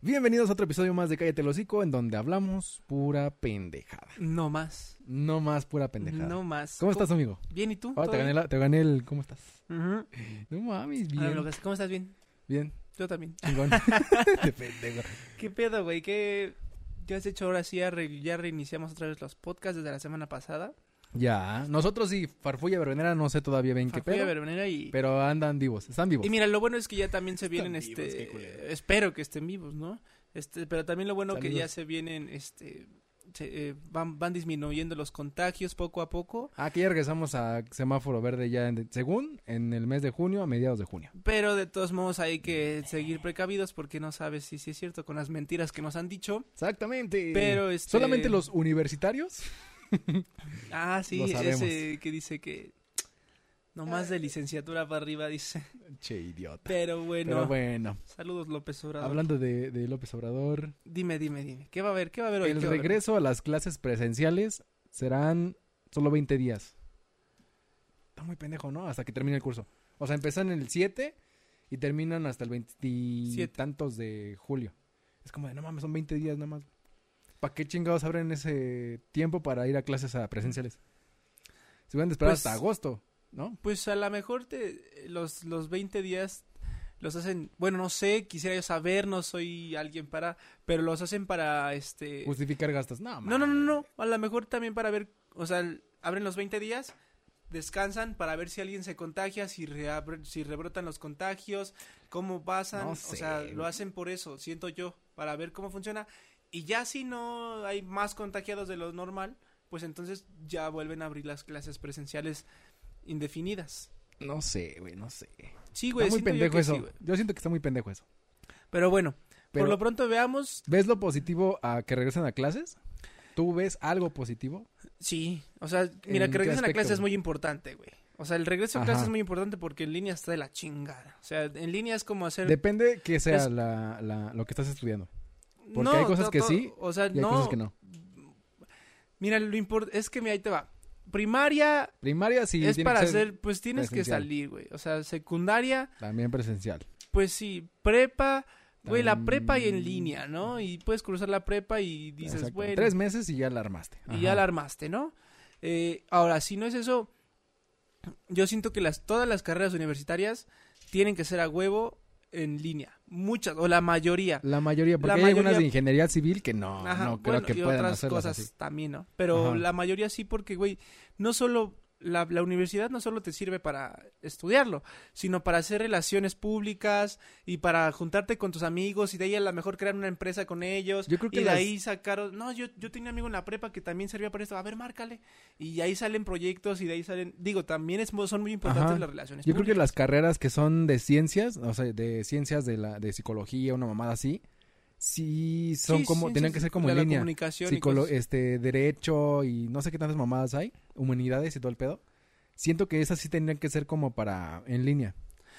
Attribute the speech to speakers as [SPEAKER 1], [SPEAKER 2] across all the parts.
[SPEAKER 1] Bienvenidos a otro episodio más de Cállate el Hocico, en donde hablamos pura pendejada.
[SPEAKER 2] No más.
[SPEAKER 1] No más pura pendejada.
[SPEAKER 2] No más.
[SPEAKER 1] ¿Cómo estás, amigo?
[SPEAKER 2] Bien, ¿y tú?
[SPEAKER 1] Oh,
[SPEAKER 2] ¿Todo
[SPEAKER 1] te, gané
[SPEAKER 2] bien?
[SPEAKER 1] la- te gané el... ¿Cómo estás?
[SPEAKER 2] Ujú.
[SPEAKER 1] No mames,
[SPEAKER 2] A ver,
[SPEAKER 1] bien.
[SPEAKER 2] Lucas, ¿Cómo estás? Bien.
[SPEAKER 1] Bien,
[SPEAKER 2] Yo también.
[SPEAKER 1] chingón. Este pendejo.
[SPEAKER 2] ¿Qué pedo, güey? ¿Qué ¿Qué has hecho ahora? Sí, ya, re- ya reiniciamos otra vez los podcasts desde la semana pasada.
[SPEAKER 1] Ya, nosotros y Farfulla Verbenera no sé todavía bien qué
[SPEAKER 2] Farfulla
[SPEAKER 1] pedo,
[SPEAKER 2] Verbenera y...
[SPEAKER 1] pero andan vivos, están vivos.
[SPEAKER 2] Y mira, lo bueno es que ya también se vienen,
[SPEAKER 1] Están vivos,
[SPEAKER 2] este...
[SPEAKER 1] qué culero.
[SPEAKER 2] espero que estén vivos, ¿no? Este, pero también lo bueno que
[SPEAKER 1] Saludos.
[SPEAKER 2] ya se vienen, este... se, eh, van, van disminuyendo los contagios poco a poco.
[SPEAKER 1] Ah, que ya regresamos a Semáforo Verde ya, en- según, en el mes de junio, a mediados de junio.
[SPEAKER 2] Pero de todos modos hay que seguir precavidos porque no sabes si, si es cierto con las mentiras que nos han dicho.
[SPEAKER 1] Exactamente.
[SPEAKER 2] Pero, este-
[SPEAKER 1] Solamente los universitarios
[SPEAKER 2] Ah, sí,
[SPEAKER 1] Lo sabemos.
[SPEAKER 2] ese que dice que nomás de licenciatura para arriba dice.
[SPEAKER 1] Che, idiota.
[SPEAKER 2] Pero bueno,
[SPEAKER 1] Pero bueno,
[SPEAKER 2] saludos López Obrador.
[SPEAKER 1] hablando de, de López Obrador,
[SPEAKER 2] Dime, dime, dime. ¿Qué va a haber? ¿Qué va a haber hoy?
[SPEAKER 1] el
[SPEAKER 2] ¿Qué va a haber?
[SPEAKER 1] regreso a las clases presenciales serán solo 20 días. Está muy pendejo, ¿no? Hasta que termine el curso. O sea, empiezan el 7 y terminan hasta el 20 y
[SPEAKER 2] Siete.
[SPEAKER 1] tantos de julio. Es como de, no mames, son 20 días nada más. ¿Para qué chingados abren ese tiempo para ir a clases a presenciales? Se hubieran de esperar
[SPEAKER 2] Pues-
[SPEAKER 1] hasta agosto, ¿no?
[SPEAKER 2] Pues a lo mejor te, los, los 20 días los hacen, bueno, no sé, quisiera yo saber, no soy alguien para, pero los hacen para este...
[SPEAKER 1] Justificar gastos. No,
[SPEAKER 2] No, no, no,
[SPEAKER 1] mames.
[SPEAKER 2] no, a lo mejor también para ver, o sea, el- abren los 20 días, descansan para ver si alguien se contagia, si, reabr- si rebrotan los contagios, cómo pasan,
[SPEAKER 1] No
[SPEAKER 2] o
[SPEAKER 1] sé,
[SPEAKER 2] sea,
[SPEAKER 1] güey.
[SPEAKER 2] lo hacen por eso, siento yo, para ver cómo funciona. Y ya si no hay más contagiados de lo normal, pues entonces ya vuelven a abrir las clases presenciales indefinidas.
[SPEAKER 1] No sé, güey, no sé.
[SPEAKER 2] Sí, güey,
[SPEAKER 1] está muy
[SPEAKER 2] siento yo
[SPEAKER 1] pendejo
[SPEAKER 2] que
[SPEAKER 1] eso.
[SPEAKER 2] sí, güey.
[SPEAKER 1] Yo siento que está muy pendejo eso.
[SPEAKER 2] Pero bueno,
[SPEAKER 1] Pero-
[SPEAKER 2] por lo pronto veamos
[SPEAKER 1] ¿Ves lo positivo a que regresen a clases? ¿Tú ves algo positivo?
[SPEAKER 2] Sí, o sea, mira,
[SPEAKER 1] ¿En qué
[SPEAKER 2] que regresen a
[SPEAKER 1] aspecto?
[SPEAKER 2] clase es muy importante, güey. O sea, el regreso a
[SPEAKER 1] Ajá.
[SPEAKER 2] clase es muy importante porque en línea está de la chingada. O sea, en línea es como hacer...
[SPEAKER 1] Depende que sea
[SPEAKER 2] Es-
[SPEAKER 1] la, la- lo que estás estudiando. porque hay cosas
[SPEAKER 2] to-
[SPEAKER 1] que
[SPEAKER 2] to-
[SPEAKER 1] sí
[SPEAKER 2] O sea,
[SPEAKER 1] Y hay
[SPEAKER 2] no.
[SPEAKER 1] cosas que no.
[SPEAKER 2] Mira, lo importante es que mira, ahí te va. Primaria
[SPEAKER 1] Primaria sí
[SPEAKER 2] es
[SPEAKER 1] tiene
[SPEAKER 2] para
[SPEAKER 1] que ser
[SPEAKER 2] hacer, pues tienes
[SPEAKER 1] presencial.
[SPEAKER 2] que salir, güey. O sea, secundaria,
[SPEAKER 1] también presencial.
[SPEAKER 2] pues sí. Prepa, güey, la prepa y en
[SPEAKER 1] Tam-
[SPEAKER 2] línea, ¿no? Y puedes cruzar la prepa y dices,
[SPEAKER 1] Exacto.
[SPEAKER 2] bueno.
[SPEAKER 1] Tres meses y ya la armaste.
[SPEAKER 2] y ya
[SPEAKER 1] Ajá.
[SPEAKER 2] la armaste, ¿no? Eh, ahora, si no es eso, yo siento que las, todas las carreras universitarias tienen que ser a huevo en línea. Muchas, o la mayoría.
[SPEAKER 1] La mayoría, porque
[SPEAKER 2] La
[SPEAKER 1] hay algunas de
[SPEAKER 2] mayoría-
[SPEAKER 1] ingeniería civil que no,
[SPEAKER 2] Ajá,
[SPEAKER 1] no creo
[SPEAKER 2] bueno,
[SPEAKER 1] que
[SPEAKER 2] y
[SPEAKER 1] puedan
[SPEAKER 2] otras
[SPEAKER 1] hacerlas
[SPEAKER 2] cosas
[SPEAKER 1] así.
[SPEAKER 2] también, ¿no? Pero
[SPEAKER 1] Ajá.
[SPEAKER 2] la mayoría sí, porque, güey, no solo. La, la universidad no solo te sirve para estudiarlo, sino para hacer relaciones públicas y para juntarte con tus amigos y de ahí a lo mejor crear una empresa con ellos.
[SPEAKER 1] Yo creo que
[SPEAKER 2] y de
[SPEAKER 1] las-
[SPEAKER 2] ahí sacaron. No, yo, yo tenía un amigo en la prepa que también servía para esto. A ver, márcale. Y ahí salen proyectos y de ahí salen. Digo, también es, mu- son muy importantes
[SPEAKER 1] Ajá.
[SPEAKER 2] las relaciones
[SPEAKER 1] Yo creo que
[SPEAKER 2] públicas.
[SPEAKER 1] las carreras que son de ciencias, o sea, de ciencias de la de psicología, una mamada así, sí son
[SPEAKER 2] Sí,
[SPEAKER 1] como
[SPEAKER 2] sí,
[SPEAKER 1] tenían
[SPEAKER 2] sí,
[SPEAKER 1] que
[SPEAKER 2] sí,
[SPEAKER 1] ser como
[SPEAKER 2] la-
[SPEAKER 1] en
[SPEAKER 2] la
[SPEAKER 1] línea.
[SPEAKER 2] comunicación y
[SPEAKER 1] Psicolo-
[SPEAKER 2] cosas.
[SPEAKER 1] este derecho y no sé qué tantas mamadas hay, humanidades y todo el pedo. Siento que esas sí tendrían que ser como para en línea.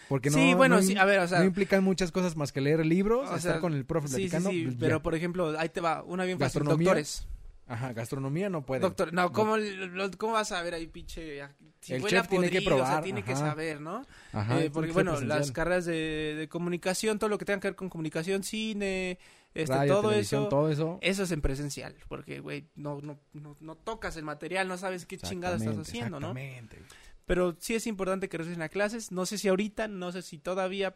[SPEAKER 1] Porque no,
[SPEAKER 2] Sí, bueno,
[SPEAKER 1] no im-
[SPEAKER 2] sí, a ver, o sea.
[SPEAKER 1] no implican muchas cosas más que leer libros,
[SPEAKER 2] O
[SPEAKER 1] estar
[SPEAKER 2] sea,
[SPEAKER 1] con el profe
[SPEAKER 2] sí, sí,
[SPEAKER 1] platicando.
[SPEAKER 2] sí,
[SPEAKER 1] pues, ya.
[SPEAKER 2] pero por ejemplo, ahí te va, una bien fácil,
[SPEAKER 1] Gastronomía.
[SPEAKER 2] doctores.
[SPEAKER 1] Ajá, gastronomía no puede.
[SPEAKER 2] Doctor, no, ¿cómo, lo- cómo vas a ver ahí, pinche? Si
[SPEAKER 1] El
[SPEAKER 2] huele a
[SPEAKER 1] chef tiene que
[SPEAKER 2] podrido, o sea,
[SPEAKER 1] probar,
[SPEAKER 2] tiene que
[SPEAKER 1] ajá.
[SPEAKER 2] saber, ¿no?
[SPEAKER 1] Ajá,
[SPEAKER 2] Eh,
[SPEAKER 1] tiene
[SPEAKER 2] porque,
[SPEAKER 1] que ser
[SPEAKER 2] bueno,
[SPEAKER 1] presencial.
[SPEAKER 2] las carreras de, de comunicación, todo lo que tenga que ver con comunicación, cine, este,
[SPEAKER 1] Radio,
[SPEAKER 2] todo
[SPEAKER 1] televisión,
[SPEAKER 2] eso,
[SPEAKER 1] todo eso.
[SPEAKER 2] eso es en presencial. Porque, güey, no, no, no, no tocas el material, no sabes qué chingada estás
[SPEAKER 1] Exactamente,
[SPEAKER 2] haciendo, ¿no?
[SPEAKER 1] exactamente.
[SPEAKER 2] Pero sí es importante que regresen a clases. No sé si ahorita, no sé si todavía,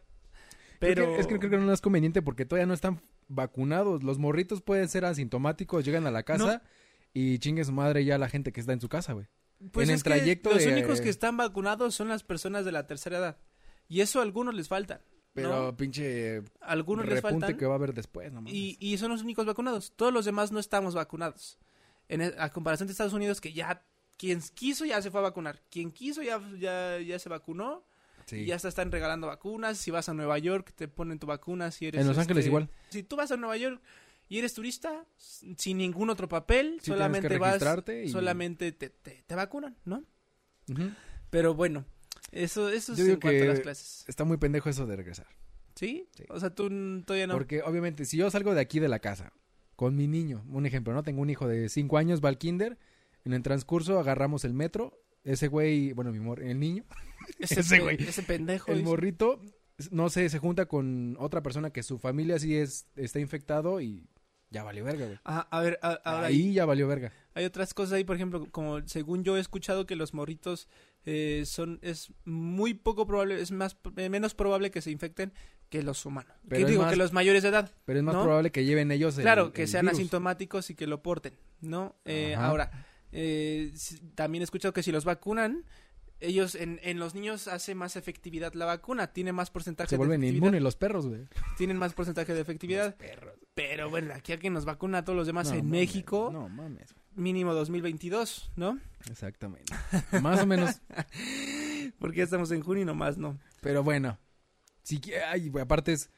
[SPEAKER 1] Creo
[SPEAKER 2] pero...
[SPEAKER 1] que- es que creo que no es conveniente porque todavía no están vacunados. Los morritos pueden ser asintomáticos, llegan a la casa y chingue su madre ya la gente que está en su casa, güey.
[SPEAKER 2] Pues
[SPEAKER 1] en el
[SPEAKER 2] es que
[SPEAKER 1] trayecto
[SPEAKER 2] los
[SPEAKER 1] de- eh,
[SPEAKER 2] únicos que están vacunados son las personas de la tercera edad. Y eso a algunos les faltan.
[SPEAKER 1] Pero
[SPEAKER 2] ¿no?
[SPEAKER 1] pinche
[SPEAKER 2] A algunos les
[SPEAKER 1] repunte
[SPEAKER 2] faltan.
[SPEAKER 1] que va a haber después, no mames.
[SPEAKER 2] Y, y son los únicos vacunados. Todos los demás no estamos vacunados. En el- a comparación de Estados Unidos, que ya quien quiso ya se fue a vacunar. Quien quiso ya, ya, ya se vacunó.
[SPEAKER 1] Sí.
[SPEAKER 2] Y ya te están regalando vacunas. Si vas a Nueva York, te ponen tu vacuna. Si eres,
[SPEAKER 1] En Los Ángeles
[SPEAKER 2] este,
[SPEAKER 1] igual.
[SPEAKER 2] Si tú vas a Nueva York y eres turista, s- sin ningún otro papel,
[SPEAKER 1] Sí, tienes que
[SPEAKER 2] solamente vas.
[SPEAKER 1] registrarte y-
[SPEAKER 2] Solamente te, te, te vacunan, ¿no?
[SPEAKER 1] Ujú.
[SPEAKER 2] Pero bueno, eso, eso
[SPEAKER 1] Yo
[SPEAKER 2] es
[SPEAKER 1] digo
[SPEAKER 2] en cuanto a
[SPEAKER 1] que-
[SPEAKER 2] las clases.
[SPEAKER 1] Está muy pendejo eso de regresar.
[SPEAKER 2] ¿Sí?
[SPEAKER 1] Sí.
[SPEAKER 2] O sea, tú n- todavía no.
[SPEAKER 1] Porque obviamente si yo salgo de aquí de la casa con mi niño, un ejemplo, no tengo un hijo de 5 años, va al kinder, en el transcurso agarramos el metro, ese güey, bueno, mi amor, el niño, ese
[SPEAKER 2] pe-
[SPEAKER 1] güey.
[SPEAKER 2] Ese pendejo.
[SPEAKER 1] El
[SPEAKER 2] dice.
[SPEAKER 1] morrito no sé, se junta con otra persona que su familia sí es, está infectado y ya valió verga, güey.
[SPEAKER 2] Ajá, a ver, a- ahora hay-
[SPEAKER 1] Ahí ya valió verga.
[SPEAKER 2] hay otras cosas ahí, por ejemplo, como según yo he escuchado que los morritos eh, son, es muy poco probable, es más, eh, menos probable que se infecten que los humanos.
[SPEAKER 1] Pero
[SPEAKER 2] que
[SPEAKER 1] es
[SPEAKER 2] digo,
[SPEAKER 1] más-
[SPEAKER 2] que los mayores de edad.
[SPEAKER 1] Pero es más
[SPEAKER 2] ¿No?
[SPEAKER 1] probable que lleven ellos el-
[SPEAKER 2] Claro, que
[SPEAKER 1] el
[SPEAKER 2] sean
[SPEAKER 1] virus.
[SPEAKER 2] asintomáticos y que lo porten, ¿no? Eh,
[SPEAKER 1] Ajá.
[SPEAKER 2] ahora, eh, si- también he escuchado que si los vacunan, ellos, en, en los niños hace más efectividad la vacuna, tiene más porcentaje
[SPEAKER 1] Se
[SPEAKER 2] de
[SPEAKER 1] vuelven
[SPEAKER 2] efectividad.
[SPEAKER 1] inmunes los perros, güey.
[SPEAKER 2] Tienen más porcentaje de efectividad.
[SPEAKER 1] Perros.
[SPEAKER 2] Pero bueno, aquí alguien nos vacuna a todos los demás
[SPEAKER 1] No
[SPEAKER 2] en
[SPEAKER 1] mames,
[SPEAKER 2] México,
[SPEAKER 1] No mames. güey.
[SPEAKER 2] mínimo 2022, ¿no?
[SPEAKER 1] Exactamente. Más o menos.
[SPEAKER 2] Porque ya estamos en junio y nomás no.
[SPEAKER 1] Pero bueno. Si, qui- ay, güey, aparte es,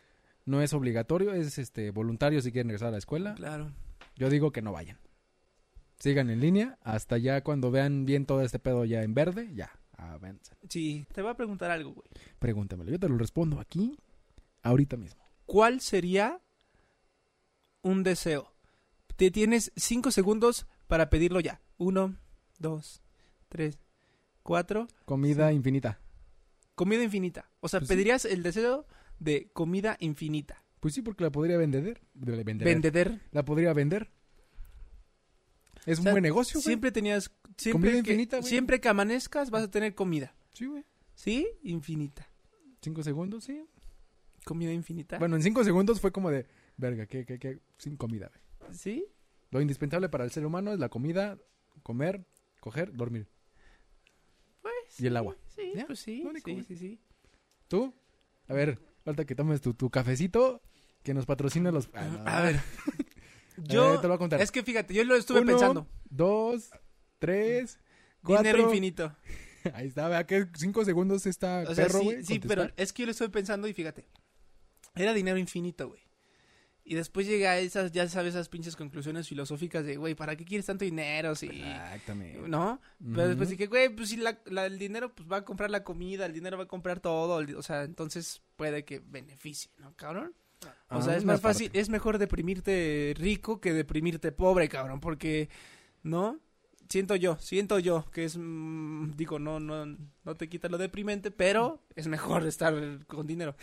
[SPEAKER 1] no es obligatorio, es este voluntario si quieren regresar a la escuela.
[SPEAKER 2] Claro.
[SPEAKER 1] Yo digo que no vayan. Sigan en línea hasta ya cuando vean bien todo este pedo ya en verde, ya, avancen.
[SPEAKER 2] Sí, te voy a preguntar algo, güey.
[SPEAKER 1] Pregúntamelo, yo te lo respondo aquí, ahorita mismo.
[SPEAKER 2] ¿Cuál sería un deseo? Te tienes cinco segundos para pedirlo ya. Uno, dos, tres, cuatro.
[SPEAKER 1] Comida infinita.
[SPEAKER 2] Comida infinita. O sea,
[SPEAKER 1] Pues sí.
[SPEAKER 2] pedirías el deseo de comida infinita.
[SPEAKER 1] Pues sí, porque la podría vender. de- vender.
[SPEAKER 2] Vendeder.
[SPEAKER 1] La podría vender. Es
[SPEAKER 2] O
[SPEAKER 1] un
[SPEAKER 2] sea,
[SPEAKER 1] buen negocio, güey.
[SPEAKER 2] Siempre tenías... Siempre
[SPEAKER 1] Comida
[SPEAKER 2] que,
[SPEAKER 1] infinita, güey.
[SPEAKER 2] Siempre que amanezcas vas a tener comida.
[SPEAKER 1] Sí, güey.
[SPEAKER 2] ¿Sí? Infinita.
[SPEAKER 1] Cinco segundos, sí.
[SPEAKER 2] Comida infinita.
[SPEAKER 1] Bueno, en cinco segundos fue como de, verga, que, que, que, sin comida, güey.
[SPEAKER 2] ¿Sí?
[SPEAKER 1] Lo indispensable para el ser humano es la comida, comer, coger, dormir.
[SPEAKER 2] Pues,
[SPEAKER 1] Y el agua.
[SPEAKER 2] Sí,
[SPEAKER 1] Ya,
[SPEAKER 2] pues sí.
[SPEAKER 1] lo único,
[SPEAKER 2] sí,
[SPEAKER 1] güey.
[SPEAKER 2] sí, sí.
[SPEAKER 1] ¿Tú? A ver, falta que tomes tu, tu cafecito que nos patrocina los... Ah, no.
[SPEAKER 2] A ver.
[SPEAKER 1] A
[SPEAKER 2] Yo...
[SPEAKER 1] ver, te lo voy a contar.
[SPEAKER 2] es que fíjate, yo lo estuve
[SPEAKER 1] Uno,
[SPEAKER 2] pensando.
[SPEAKER 1] Dos, tres,
[SPEAKER 2] Dinero
[SPEAKER 1] cuatro.
[SPEAKER 2] infinito.
[SPEAKER 1] Ahí está, vea que cinco segundos está
[SPEAKER 2] O sea,
[SPEAKER 1] perro,
[SPEAKER 2] sí,
[SPEAKER 1] güey.
[SPEAKER 2] sí, pero
[SPEAKER 1] contestar.
[SPEAKER 2] es que yo lo estoy pensando y fíjate. Era dinero infinito, güey. Y después llega a esas, ya sabes, esas pinches conclusiones filosóficas de, güey, ¿para qué quieres tanto dinero? Si,
[SPEAKER 1] Exactamente.
[SPEAKER 2] ¿No? Pero después
[SPEAKER 1] Ujú.
[SPEAKER 2] dije, güey, pues si la- la- el dinero pues va a comprar la comida, el dinero va a comprar todo. el di- o sea, entonces puede que beneficie, ¿no, cabrón? O
[SPEAKER 1] Ah,
[SPEAKER 2] sea, es
[SPEAKER 1] una
[SPEAKER 2] más fácil,
[SPEAKER 1] parte.
[SPEAKER 2] es mejor deprimirte rico que deprimirte pobre, cabrón, porque, ¿no? Siento yo, siento yo que es, mm, digo, no, no, no te quita lo deprimente, pero es mejor estar con dinero.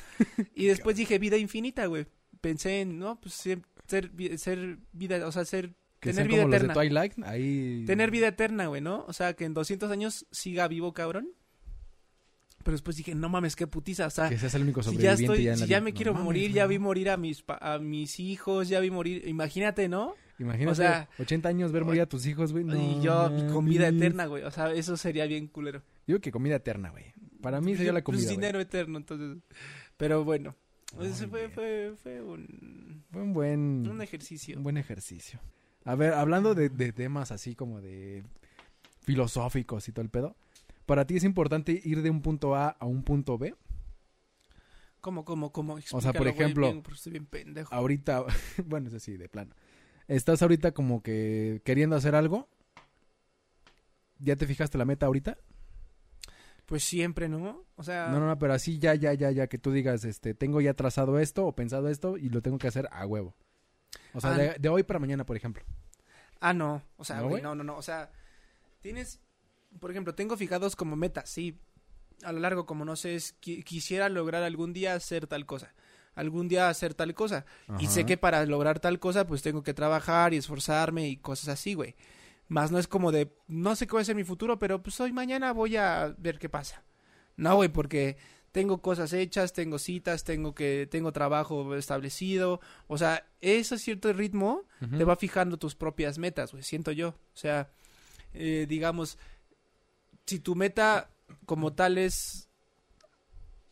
[SPEAKER 2] Y después dije vida infinita, güey. Pensé en, no, pues ser, ser, vi- ser vida, o sea, ser,
[SPEAKER 1] Que
[SPEAKER 2] tener
[SPEAKER 1] sean
[SPEAKER 2] vida
[SPEAKER 1] como los de
[SPEAKER 2] eterna.
[SPEAKER 1] Twilight, ahí...
[SPEAKER 2] Tener vida eterna, güey, ¿no? O sea, que en 200 años siga vivo, cabrón. Pero después dije, no mames, qué putiza. O sea,
[SPEAKER 1] Que seas el único
[SPEAKER 2] si ya
[SPEAKER 1] sobreviviente
[SPEAKER 2] estoy,
[SPEAKER 1] en
[SPEAKER 2] si
[SPEAKER 1] la
[SPEAKER 2] ya
[SPEAKER 1] vida.
[SPEAKER 2] me
[SPEAKER 1] No
[SPEAKER 2] quiero
[SPEAKER 1] mames,
[SPEAKER 2] morir, ya
[SPEAKER 1] güey.
[SPEAKER 2] vi morir a mis, pa- a mis hijos, ya vi morir. Imagínate, ¿no?
[SPEAKER 1] Imagínate,
[SPEAKER 2] o sea,
[SPEAKER 1] 80 años ver morir a tus hijos, güey. no
[SPEAKER 2] y yo y con vida
[SPEAKER 1] mames.
[SPEAKER 2] eterna, güey. O sea, eso sería bien culero.
[SPEAKER 1] Digo que comida eterna, güey. Para mí sería la comida,
[SPEAKER 2] Pues
[SPEAKER 1] güey.
[SPEAKER 2] dinero eterno, entonces. Pero bueno,
[SPEAKER 1] Muy
[SPEAKER 2] Ese fue,
[SPEAKER 1] bien.
[SPEAKER 2] fue, fue un,
[SPEAKER 1] Fue un buen...
[SPEAKER 2] un ejercicio.
[SPEAKER 1] Un buen ejercicio. A ver, hablando de, de temas así como de filosóficos y todo el pedo, ¿para ti es importante ir de un punto A a un punto B?
[SPEAKER 2] ¿Cómo, cómo, cómo?
[SPEAKER 1] por
[SPEAKER 2] Explícalo, güey,
[SPEAKER 1] ejemplo,
[SPEAKER 2] bien, porque estoy bien pendejo.
[SPEAKER 1] Ahorita, bueno, eso sí, de plano. ¿Estás ahorita como que queriendo hacer algo? ¿Ya te fijaste la meta ahorita?
[SPEAKER 2] Pues siempre, ¿no? O sea,
[SPEAKER 1] No, no, no, pero así ya, ya, ya, ya, que tú digas, este, tengo ya trazado esto o pensado esto y lo tengo que hacer a huevo. O sea,
[SPEAKER 2] Ah,
[SPEAKER 1] de, de hoy para mañana, por ejemplo.
[SPEAKER 2] Ah, no. O sea,
[SPEAKER 1] ¿No,
[SPEAKER 2] güey,
[SPEAKER 1] güey?
[SPEAKER 2] no, no, no. O sea, tienes, por ejemplo, tengo fijados como metas, sí. A lo largo, como no sé, es qui- quisiera lograr algún día hacer tal cosa. Algún día hacer tal cosa. Y sé
[SPEAKER 1] Ajá.
[SPEAKER 2] que para lograr tal cosa, pues tengo que trabajar y esforzarme y cosas así, güey. Más no es como de, no sé qué va a ser mi futuro, pero pues hoy mañana voy a ver qué pasa. No, güey, porque tengo cosas hechas, tengo citas, tengo que, tengo trabajo establecido. O sea, ese cierto ritmo
[SPEAKER 1] Ujú.
[SPEAKER 2] te va fijando tus propias metas, güey, siento yo. O sea, eh, digamos, si tu meta como tal es...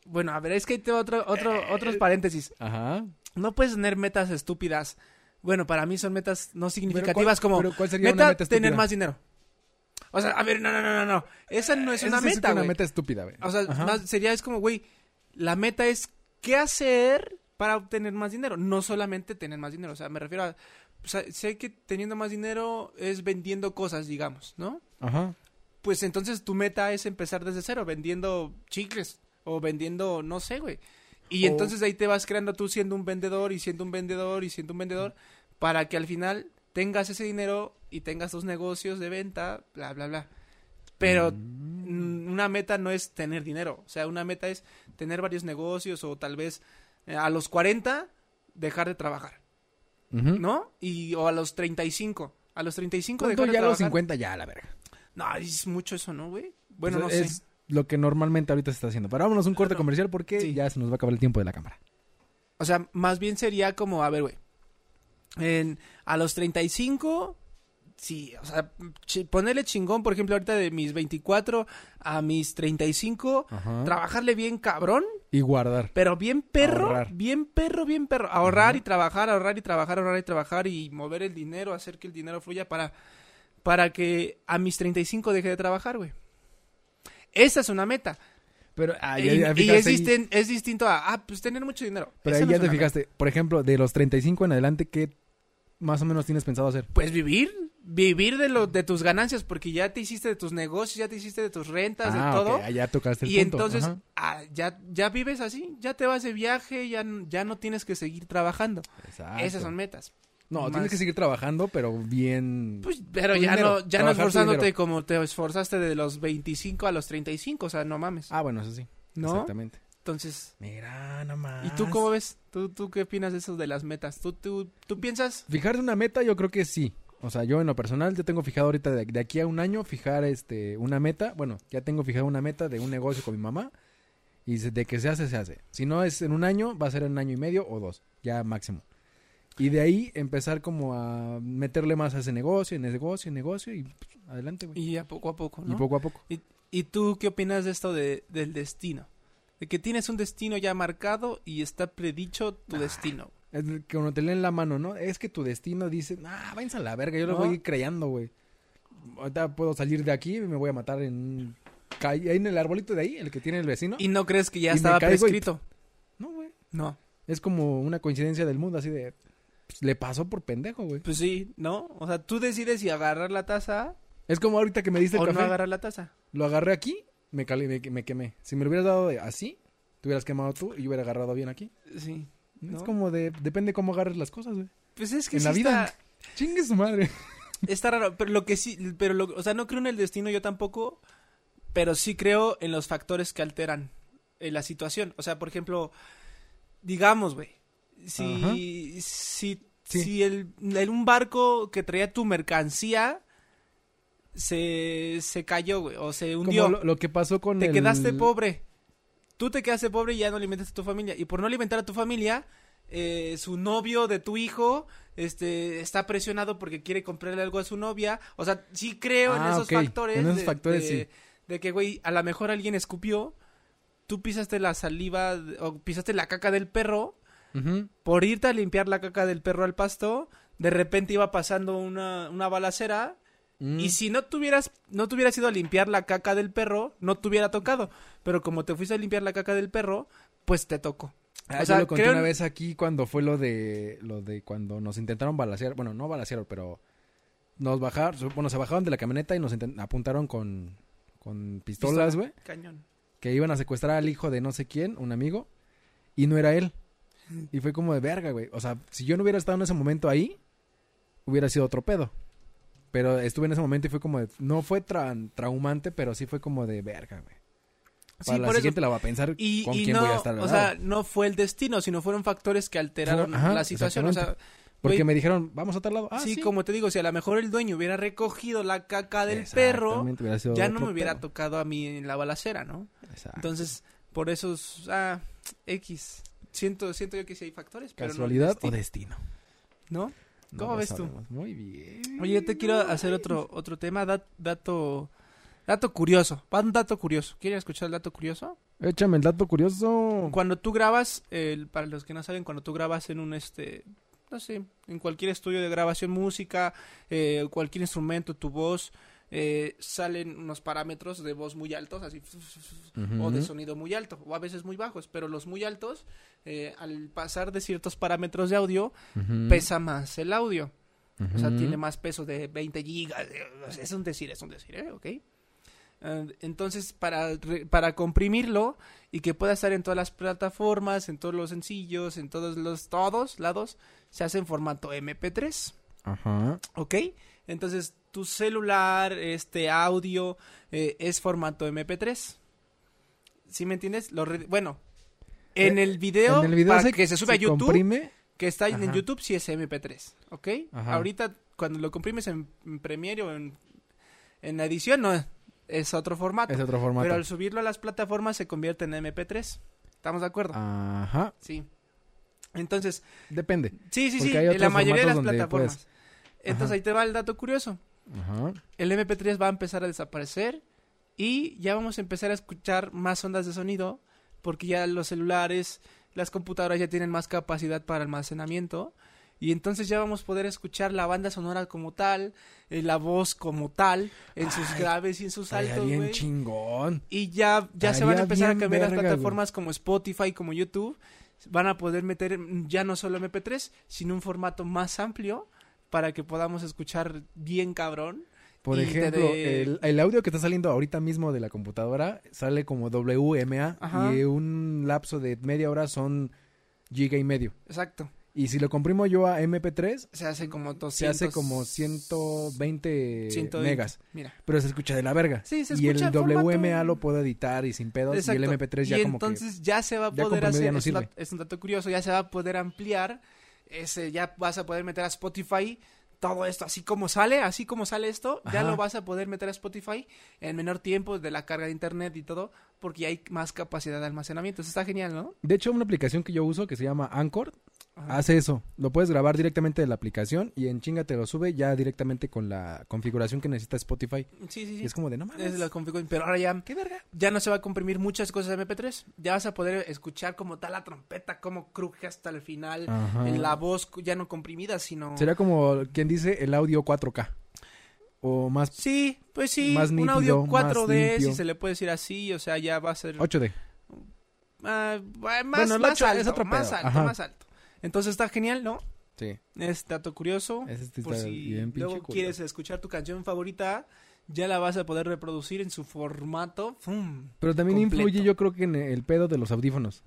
[SPEAKER 2] Bueno, a ver, es que ahí te va otro, otro,
[SPEAKER 1] Eh,
[SPEAKER 2] otros paréntesis.
[SPEAKER 1] Ajá.
[SPEAKER 2] No puedes tener metas estúpidas. Bueno, para mí son metas no
[SPEAKER 1] Pero
[SPEAKER 2] significativas
[SPEAKER 1] ¿cuál-
[SPEAKER 2] como
[SPEAKER 1] pero ¿cuál sería una
[SPEAKER 2] meta,
[SPEAKER 1] meta estúpida?
[SPEAKER 2] tener más dinero. O sea, a ver, no, no, no, no, no. Esa no es
[SPEAKER 1] Esa
[SPEAKER 2] una
[SPEAKER 1] sí
[SPEAKER 2] meta,
[SPEAKER 1] una
[SPEAKER 2] güey.
[SPEAKER 1] meta estúpida, güey.
[SPEAKER 2] O sea,
[SPEAKER 1] Ajá.
[SPEAKER 2] más sería es como, güey, la meta es qué hacer para obtener más dinero, no solamente tener más dinero, o sea, me refiero a o sea, sé que teniendo más dinero es vendiendo cosas, digamos, ¿no?
[SPEAKER 1] Ajá.
[SPEAKER 2] Pues entonces tu meta es empezar desde cero vendiendo chicles o vendiendo no sé, güey. Y
[SPEAKER 1] O-
[SPEAKER 2] entonces ahí te vas creando tú siendo un vendedor y siendo un vendedor y siendo un vendedor para que al final tengas ese dinero y tengas tus negocios de venta, bla bla bla. Pero mm, una meta no es tener dinero. O sea, una meta es tener varios negocios o tal vez eh, a los 40 dejar de trabajar,
[SPEAKER 1] Ujú.
[SPEAKER 2] ¿no? Y, o a los 35. A los 35
[SPEAKER 1] ¿Cuánto
[SPEAKER 2] dejar de
[SPEAKER 1] ya a los
[SPEAKER 2] trabajar.
[SPEAKER 1] 50 ya, la verga.
[SPEAKER 2] No, es mucho eso, ¿no, güey? Bueno,
[SPEAKER 1] Pues
[SPEAKER 2] no
[SPEAKER 1] es
[SPEAKER 2] sé.
[SPEAKER 1] lo que normalmente ahorita se está haciendo. Pero vámonos a un corte
[SPEAKER 2] Claro.
[SPEAKER 1] comercial porque
[SPEAKER 2] Sí.
[SPEAKER 1] ya se nos va a acabar el tiempo de la cámara.
[SPEAKER 2] O sea, más bien sería como, a ver, güey. en- a los 35, sí, o sea, chi- ponerle chingón, por ejemplo, ahorita de mis 24 a mis 35,
[SPEAKER 1] Ajá.
[SPEAKER 2] trabajarle bien cabrón,
[SPEAKER 1] Y guardar.
[SPEAKER 2] pero bien perro,
[SPEAKER 1] Ahorrar.
[SPEAKER 2] bien perro, bien perro. Ahorrar y trabajar, ahorrar y trabajar, ahorrar y trabajar y mover el dinero, hacer que el dinero fluya para, para que a mis 35 deje de trabajar, güey. Esa es una meta.
[SPEAKER 1] Pero ahí
[SPEAKER 2] y
[SPEAKER 1] Ah, ya
[SPEAKER 2] y
[SPEAKER 1] te
[SPEAKER 2] es,
[SPEAKER 1] fijaste,
[SPEAKER 2] distin- es distinto a, ah, pues tener mucho dinero.
[SPEAKER 1] pero
[SPEAKER 2] Esa
[SPEAKER 1] ahí
[SPEAKER 2] no
[SPEAKER 1] ya
[SPEAKER 2] es
[SPEAKER 1] te
[SPEAKER 2] una meta.
[SPEAKER 1] fijaste. Por ejemplo, de los 35 en adelante, ¿qué más o menos tienes pensado hacer?
[SPEAKER 2] Pues vivir, vivir de lo, de tus ganancias, porque ya te hiciste de tus negocios, ya te hiciste de tus rentas, de
[SPEAKER 1] Ah, ok,
[SPEAKER 2] todo.
[SPEAKER 1] allá tocaste el
[SPEAKER 2] Y
[SPEAKER 1] punto.
[SPEAKER 2] entonces
[SPEAKER 1] ajá.
[SPEAKER 2] ah, ya, ya vives así, ya te vas de viaje, ya, n- ya no tienes que seguir trabajando. Esas
[SPEAKER 1] Exacto.
[SPEAKER 2] son metas.
[SPEAKER 1] No,
[SPEAKER 2] más-
[SPEAKER 1] tienes que seguir trabajando, pero bien...
[SPEAKER 2] Pues, pero
[SPEAKER 1] Tu
[SPEAKER 2] ya
[SPEAKER 1] dinero,
[SPEAKER 2] no, ya no
[SPEAKER 1] trabajar tu
[SPEAKER 2] esforzándote
[SPEAKER 1] dinero.
[SPEAKER 2] como te esforzaste de los 25 a los 35, o sea, no mames.
[SPEAKER 1] Ah, bueno, eso sí.
[SPEAKER 2] ¿No?
[SPEAKER 1] Exactamente.
[SPEAKER 2] Entonces,
[SPEAKER 1] Mira, nada más.
[SPEAKER 2] ¿y tú cómo ves? ¿Tú, tú qué opinas de eso de las metas? ¿Tú, tú, tú piensas?
[SPEAKER 1] Fijarse una meta, yo creo que sí. O sea, yo en lo personal, yo tengo fijado ahorita de, de aquí a un año, fijar este una meta. Bueno, ya tengo fijado una meta de un negocio con mi mamá. Y se- de que se hace, se hace. Si no es en un año, va a ser en un año y medio o dos, ya máximo. Y de ahí empezar como a meterle más a ese negocio, en negocio, en negocio, y pues, adelante, güey.
[SPEAKER 2] Y a poco a poco,
[SPEAKER 1] Y
[SPEAKER 2] ¿no?
[SPEAKER 1] poco a poco.
[SPEAKER 2] ¿Y, y tú qué opinas de esto de, del destino? De que tienes un destino ya marcado y está predicho tu
[SPEAKER 1] Nah.
[SPEAKER 2] destino.
[SPEAKER 1] Es que uno te leen la mano, ¿no? Es que tu destino dice, ah, váyanse a la verga, yo lo
[SPEAKER 2] No.
[SPEAKER 1] voy a ir creyendo, güey. Ahorita puedo salir de aquí y me voy a matar en un calle, ahí en el arbolito de ahí, el que tiene el vecino.
[SPEAKER 2] Y no crees que
[SPEAKER 1] Y
[SPEAKER 2] ya
[SPEAKER 1] me
[SPEAKER 2] estaba
[SPEAKER 1] caigo y-
[SPEAKER 2] prescrito.
[SPEAKER 1] No, güey.
[SPEAKER 2] No.
[SPEAKER 1] Es como una coincidencia del mundo, así de, pues, le pasó por pendejo, güey.
[SPEAKER 2] Pues sí, ¿no? O sea, tú decides si agarrar la taza
[SPEAKER 1] Es como ahorita que me diste el
[SPEAKER 2] o no
[SPEAKER 1] café,
[SPEAKER 2] agarrar la taza.
[SPEAKER 1] lo agarré aquí, me, calé, me, me quemé. Si me lo hubieras dado de- así, te hubieras quemado tú y yo hubiera agarrado bien aquí.
[SPEAKER 2] Sí. ¿no?
[SPEAKER 1] Es como de, depende cómo agarres las cosas, güey.
[SPEAKER 2] Pues es que
[SPEAKER 1] en
[SPEAKER 2] sí
[SPEAKER 1] la vida.
[SPEAKER 2] Está,
[SPEAKER 1] Chingue su madre.
[SPEAKER 2] está raro, pero lo que sí, pero lo, o sea, no creo en el destino yo tampoco, pero sí creo en los factores que alteran eh, la situación. O sea, por ejemplo, digamos, güey,
[SPEAKER 1] Ajá.
[SPEAKER 2] si, si,
[SPEAKER 1] Sí.
[SPEAKER 2] si el, el- un barco que traía tu mercancía se, se cayó, güey, o se hundió,
[SPEAKER 1] Como lo, lo que pasó con
[SPEAKER 2] te
[SPEAKER 1] el-
[SPEAKER 2] quedaste pobre, tú te quedaste pobre y ya no alimentaste a tu familia, y por no alimentar a tu familia, eh, su novio de tu hijo este está presionado porque quiere comprarle algo a su novia. O sea, sí creo en
[SPEAKER 1] Ah,
[SPEAKER 2] esos
[SPEAKER 1] ok.
[SPEAKER 2] factores.
[SPEAKER 1] En esos
[SPEAKER 2] de,
[SPEAKER 1] factores,
[SPEAKER 2] de-
[SPEAKER 1] sí.
[SPEAKER 2] de que, güey, a lo mejor alguien escupió, tú pisaste la saliva de- o pisaste la caca del perro.
[SPEAKER 1] Ujú.
[SPEAKER 2] Por irte a limpiar la caca del perro al pasto, de repente iba pasando una, una balacera.
[SPEAKER 1] Mm.
[SPEAKER 2] Y si no tuvieras, no tuvieras ido a limpiar la caca del perro, no te hubiera tocado. Pero como te fuiste a limpiar la caca del perro, pues te tocó.
[SPEAKER 1] Ah,
[SPEAKER 2] O
[SPEAKER 1] yo
[SPEAKER 2] sea,
[SPEAKER 1] lo conté
[SPEAKER 2] creo
[SPEAKER 1] una
[SPEAKER 2] en-
[SPEAKER 1] vez aquí cuando fue lo de lo de cuando nos intentaron balasear, bueno, no balasear, pero nos bajaron, bueno, se bajaron de la camioneta y nos inten- apuntaron con con pistolas,
[SPEAKER 2] Pistola.
[SPEAKER 1] güey,
[SPEAKER 2] Cañón.
[SPEAKER 1] que iban a secuestrar al hijo de no sé quién, un amigo, y no era él. Y fue como de verga, güey. O sea, si yo no hubiera estado en ese momento ahí, hubiera sido otro pedo. Pero estuve en ese momento y fue como de, no fue tan traumante, pero sí fue como de verga, güey.
[SPEAKER 2] Sí,
[SPEAKER 1] Para la
[SPEAKER 2] por eso.
[SPEAKER 1] siguiente la va a pensar
[SPEAKER 2] Y,
[SPEAKER 1] con
[SPEAKER 2] y
[SPEAKER 1] quién
[SPEAKER 2] no,
[SPEAKER 1] voy a estar al
[SPEAKER 2] o
[SPEAKER 1] lado.
[SPEAKER 2] sea, no fue el destino, sino fueron factores que alteraron
[SPEAKER 1] Fue- ajá,
[SPEAKER 2] la situación. O sea,
[SPEAKER 1] Porque
[SPEAKER 2] güey.
[SPEAKER 1] me dijeron, vamos a tal lado. Ah,
[SPEAKER 2] sí,
[SPEAKER 1] sí,
[SPEAKER 2] como te digo, si a lo mejor el dueño hubiera recogido la caca del perro,
[SPEAKER 1] Exactamente, hubiera sido
[SPEAKER 2] ya no
[SPEAKER 1] otro
[SPEAKER 2] me hubiera
[SPEAKER 1] pedo. Ah,
[SPEAKER 2] tocado a mí en la balacera, ¿no?
[SPEAKER 1] Exacto.
[SPEAKER 2] Entonces, por eso, es- ah, X. Siento, siento yo que sí hay factores, pero
[SPEAKER 1] ¿Casualidad
[SPEAKER 2] no,
[SPEAKER 1] o
[SPEAKER 2] el destino,
[SPEAKER 1] destino?
[SPEAKER 2] ¿no?
[SPEAKER 1] No
[SPEAKER 2] ¿Cómo
[SPEAKER 1] lo
[SPEAKER 2] ves tú?
[SPEAKER 1] sabemos. Muy bien.
[SPEAKER 2] Oye, yo te quiero hacer otro, otro tema, dat- dato, dato curioso. Va un dato curioso. ¿Quieres escuchar el dato curioso?
[SPEAKER 1] Échame el dato curioso.
[SPEAKER 2] Cuando tú grabas, el- para los que no saben, cuando tú grabas en un este, no sé, en cualquier estudio de grabación música, eh, cualquier instrumento, tu voz, eh, salen unos parámetros de voz muy altos, así,
[SPEAKER 1] Ujú.
[SPEAKER 2] o de sonido muy alto, o a veces muy bajos, pero los muy altos, eh, al pasar de ciertos parámetros de audio,
[SPEAKER 1] Ujú.
[SPEAKER 2] pesa más el audio. Pues, O sea,
[SPEAKER 1] Ujú.
[SPEAKER 2] tiene más peso de 20 gigas. eh, o sea, Es un decir, es un decir, ¿eh? ¿Ok? Eh, Entonces, para, re- para comprimirlo y que pueda estar en todas las plataformas, en todos los sencillos, en todos los todos lados, se hace en formato MP3,
[SPEAKER 1] Ajá.
[SPEAKER 2] ¿ok? Entonces, tu celular, este audio, eh, es formato MP3. ¿Sí me entiendes? Lo re- bueno, en
[SPEAKER 1] Eh,
[SPEAKER 2] el video, para que se sube a YouTube,
[SPEAKER 1] comprime.
[SPEAKER 2] que está en
[SPEAKER 1] Ajá.
[SPEAKER 2] YouTube, sí es MP3, ¿ok?
[SPEAKER 1] Ajá.
[SPEAKER 2] Ahorita, cuando lo comprimes en, en Premiere o en, en la edición, no, es otro formato.
[SPEAKER 1] Es otro formato.
[SPEAKER 2] Pero al subirlo a las plataformas se convierte en MP3. ¿Estamos de acuerdo?
[SPEAKER 1] Ah. Ajá.
[SPEAKER 2] Sí. Entonces,
[SPEAKER 1] Depende.
[SPEAKER 2] sí, sí,
[SPEAKER 1] Porque
[SPEAKER 2] sí,
[SPEAKER 1] hay
[SPEAKER 2] en la
[SPEAKER 1] otros
[SPEAKER 2] mayoría de las
[SPEAKER 1] formatos donde
[SPEAKER 2] plataformas. Entonces
[SPEAKER 1] Ajá.
[SPEAKER 2] ahí te va el dato curioso.
[SPEAKER 1] Ajá.
[SPEAKER 2] El MP3 va a empezar a desaparecer y ya vamos a empezar a escuchar más ondas de sonido porque ya los celulares, las computadoras ya tienen más capacidad para almacenamiento y entonces ya vamos a poder escuchar la banda sonora como tal, eh, la voz como tal, en sus
[SPEAKER 1] Ay,
[SPEAKER 2] graves y en sus
[SPEAKER 1] Estaría
[SPEAKER 2] altos,
[SPEAKER 1] bien
[SPEAKER 2] güey.
[SPEAKER 1] chingón.
[SPEAKER 2] Y ya, ya se van
[SPEAKER 1] Estaría
[SPEAKER 2] a empezar a
[SPEAKER 1] bien
[SPEAKER 2] cambiar las
[SPEAKER 1] verga,
[SPEAKER 2] plataformas como Spotify, como YouTube. Van a poder meter mm, ya no solo MP3, sino un formato más amplio para que podamos escuchar bien cabrón.
[SPEAKER 1] Por
[SPEAKER 2] Y te
[SPEAKER 1] ejemplo,
[SPEAKER 2] de-
[SPEAKER 1] el, el audio que está saliendo ahorita mismo de la computadora sale como WMA
[SPEAKER 2] Ajá.
[SPEAKER 1] y un lapso de media hora son giga y medio.
[SPEAKER 2] Exacto.
[SPEAKER 1] Y si lo comprimo yo a MP3,
[SPEAKER 2] Se hace como 200...
[SPEAKER 1] se hace como 120
[SPEAKER 2] 120.
[SPEAKER 1] megas.
[SPEAKER 2] Mira.
[SPEAKER 1] Pero se escucha de la verga.
[SPEAKER 2] Sí, se
[SPEAKER 1] y el
[SPEAKER 2] escucha en formato-
[SPEAKER 1] WMA lo puedo editar y sin pedos. Y el
[SPEAKER 2] Exacto.
[SPEAKER 1] MP3 ya
[SPEAKER 2] Y
[SPEAKER 1] como
[SPEAKER 2] entonces ya se va a
[SPEAKER 1] ya
[SPEAKER 2] poder
[SPEAKER 1] comprimido
[SPEAKER 2] hacer,
[SPEAKER 1] ya no
[SPEAKER 2] es, un
[SPEAKER 1] sirve.
[SPEAKER 2] dato, es un dato curioso, ya se va a poder ampliar, ese, ya vas a poder meter a Spotify todo esto, así como sale, así como sale esto, ya
[SPEAKER 1] Ajá.
[SPEAKER 2] lo vas a poder meter a Spotify en menor tiempo de la carga de internet y todo, porque ya hay más capacidad de almacenamiento, eso está genial, ¿no?
[SPEAKER 1] que... De hecho, una aplicación que yo uso que se llama Anchor
[SPEAKER 2] Ajá.
[SPEAKER 1] hace eso. Lo puedes grabar directamente de la aplicación y en chinga te lo sube ya directamente con la configuración que necesita Spotify.
[SPEAKER 2] Sí, sí,
[SPEAKER 1] Y
[SPEAKER 2] sí.
[SPEAKER 1] es como de no mames.
[SPEAKER 2] Es la configuración, pero ahora ya,
[SPEAKER 1] ¿Qué verga?
[SPEAKER 2] ya no se va a comprimir muchas cosas de MP3, ya vas a poder escuchar como tal la trompeta, cómo cruje hasta el final,
[SPEAKER 1] Ajá.
[SPEAKER 2] la voz ya no comprimida, sino...
[SPEAKER 1] Sería como quien dice el audio 4K. O más
[SPEAKER 2] Sí, pues sí,
[SPEAKER 1] Más
[SPEAKER 2] un audio
[SPEAKER 1] nítido, más
[SPEAKER 2] 4D, si
[SPEAKER 1] limpio.
[SPEAKER 2] se le puede decir así, o sea, ya va a ser
[SPEAKER 1] 8D.
[SPEAKER 2] ah, va- más,
[SPEAKER 1] Bueno, el
[SPEAKER 2] más
[SPEAKER 1] 8 es
[SPEAKER 2] alto,
[SPEAKER 1] otro
[SPEAKER 2] más
[SPEAKER 1] pedo,
[SPEAKER 2] alto,
[SPEAKER 1] ajá.
[SPEAKER 2] más alto. Entonces está genial, ¿no?
[SPEAKER 1] Sí.
[SPEAKER 2] Es dato curioso.
[SPEAKER 1] Ese sí
[SPEAKER 2] por
[SPEAKER 1] está
[SPEAKER 2] si
[SPEAKER 1] bien pinche
[SPEAKER 2] luego
[SPEAKER 1] cool.
[SPEAKER 2] quieres escuchar tu canción favorita, ya la vas a poder reproducir en su formato. ¡fum!
[SPEAKER 1] Pero también
[SPEAKER 2] completo.
[SPEAKER 1] influye yo creo que en el pedo de los audífonos.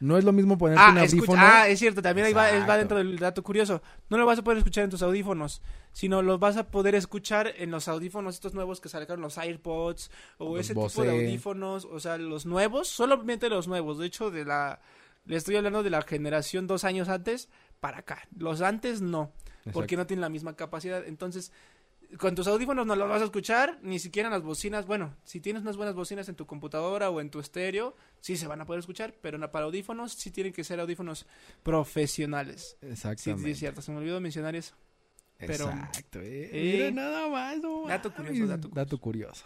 [SPEAKER 1] No es lo mismo ponerte un
[SPEAKER 2] Ah, escucha-
[SPEAKER 1] audífono.
[SPEAKER 2] ah, es cierto, también ahí va, es- va
[SPEAKER 1] Exacto.
[SPEAKER 2] dentro del dato curioso. No lo vas a poder escuchar en tus audífonos, sino los vas a poder escuchar en los audífonos estos nuevos que sacaron los AirPods o
[SPEAKER 1] Los
[SPEAKER 2] ese tipo
[SPEAKER 1] Bose.
[SPEAKER 2] de audífonos, o sea, los nuevos, solamente los nuevos. De hecho, de la le estoy hablando de la generación dos años antes para acá. Los antes no,
[SPEAKER 1] Exacto.
[SPEAKER 2] porque no tienen la misma capacidad. Entonces, con tus audífonos no los vas a escuchar, ni siquiera en las bocinas. Bueno, si tienes unas buenas bocinas en tu computadora o en tu estéreo, sí se van a poder escuchar, pero no para audífonos sí tienen que ser audífonos profesionales. Sí, sí,
[SPEAKER 1] Exactamente.
[SPEAKER 2] es cierto, se me olvidó mencionar eso. pero-
[SPEAKER 1] Exacto. eh. Mira,
[SPEAKER 2] Eh,
[SPEAKER 1] nada más. no
[SPEAKER 2] dato
[SPEAKER 1] mames.
[SPEAKER 2] curioso, dato curioso.
[SPEAKER 1] curioso.